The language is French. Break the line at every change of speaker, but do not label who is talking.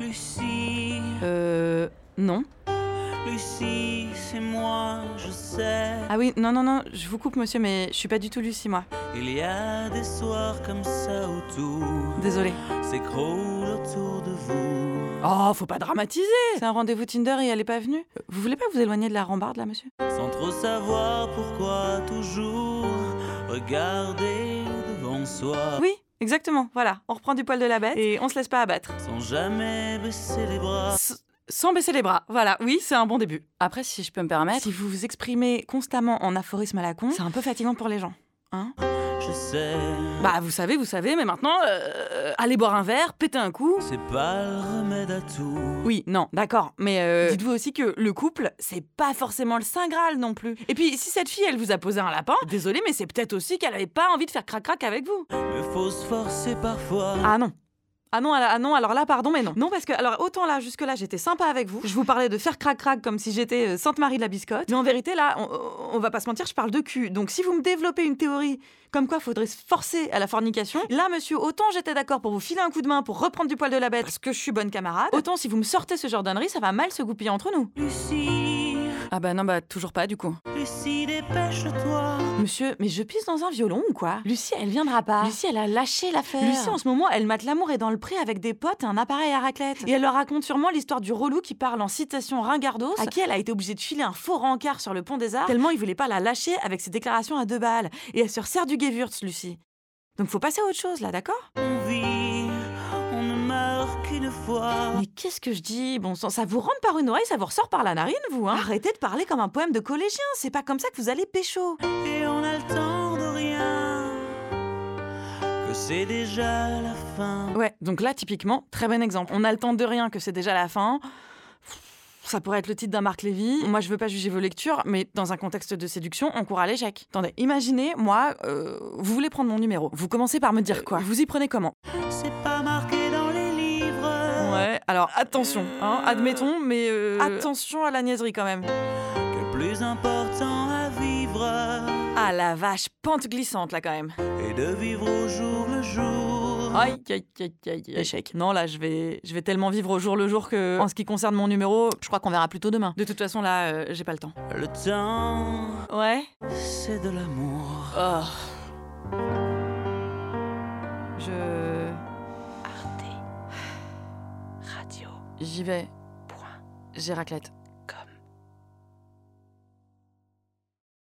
Lucie,
Euh. Non.
Lucie, c'est moi, je sais.
Ah oui, non, non, non, je vous coupe, monsieur, mais je suis pas du tout Lucie, moi.
Il y a des soirs comme ça autour,
Désolée.
s'écroule autour de vous.
Oh, faut pas dramatiser C'est un rendez-vous Tinder et elle est pas venue. Euh, Vous voulez pas vous éloigner de la rambarde, là, monsieur
Sans trop savoir pourquoi toujours regarder devant soi.
Oui, exactement, voilà. On reprend du poil de la bête et on se laisse pas abattre.
Sans jamais baisser les bras.
S- Sans baisser les bras, voilà, oui, c'est un bon début. Après, si je peux me permettre, si vous vous exprimez constamment en aphorisme à la con, c'est un peu fatigant pour les gens. Hein
Je sais,
bah, vous savez, vous savez, mais maintenant, euh, allez boire un verre, pétez un coup.
c'est pas le remède à tout.
Oui, non, d'accord, mais euh, dites-vous aussi que le couple, c'est pas forcément le Saint Graal non plus. Et puis, si cette fille, elle vous a posé un lapin, désolé, mais c'est peut-être aussi qu'elle avait pas envie de faire crac-crac avec vous.
Mais faut se forcer parfois.
Ah non. Ah non, ah non, alors là, pardon, mais non. Non, parce que, alors, autant là, jusque-là, j'étais sympa avec vous. Je vous parlais de faire crac-crac comme si j'étais euh, Sainte Marie de la Biscotte. Mais en vérité, là, on, on va pas se mentir, je parle de cul. Donc, si vous me développez une théorie comme quoi faudrait se forcer à la fornication, là, monsieur, autant j'étais d'accord pour vous filer un coup de main pour reprendre du poil de la bête parce que je suis bonne camarade, autant si vous me sortez ce genre d'ânerie, ça va mal se goupiller entre nous.
Lucie,
Ah bah non, bah, toujours pas, du coup.
Lucie, dépêche-toi.
Monsieur, mais je pisse dans un violon ou quoi Lucie, elle viendra pas.
Lucie, elle a lâché l'affaire.
Lucie, en ce moment, elle mate l'amour et dans le pré avec des potes et un appareil à raclette. Et elle leur raconte sûrement l'histoire du relou qui parle en citation ringardos, à qui elle a été obligée de filer un faux rencard sur le pont des arts, tellement il voulait pas la lâcher avec ses déclarations à deux balles. Et elle se resserre du Gewürz, Lucie. Donc faut passer à autre chose, là, d'accord
On vit, on ne meurt qu'une fois.
Mais qu'est-ce que je dis Bon sang, ça vous rentre par une oreille, ça vous ressort par la narine, vous, hein Arrêtez de parler comme un poème de collégien, c'est pas comme ça que vous allez pécho.
Et on a le temps de rien. Que c'est déjà la fin.
Ouais, donc là, typiquement, très bon exemple. On a le temps de rien, que c'est déjà la fin. Ça pourrait être le titre d'un Marc Lévy. Moi, je veux pas juger vos lectures, mais dans un contexte de séduction, on court à l'échec. Attendez, imaginez, moi, euh, vous voulez prendre mon numéro. Vous commencez par me dire quoi Vous y prenez comment
C'est pas marqué dans les livres.
Ouais, alors attention, hein, admettons, mais euh, attention à la niaiserie quand même.
Que le plus important à vivre
Ah la vache, pente glissante là quand même.
est de vivre au jour le jour.
Aïe, aïe, aïe, aïe, aïe. Échec. Non, là, je vais, je vais tellement vivre au jour le jour que, en ce qui concerne mon numéro, je crois qu'on verra plutôt demain. De toute façon, là, euh, j'ai pas le temps.
Le temps,
Ouais.
c'est de l'amour.
Oh. Je.
Radio.
J'y vais.
Point.
J'ai raclette.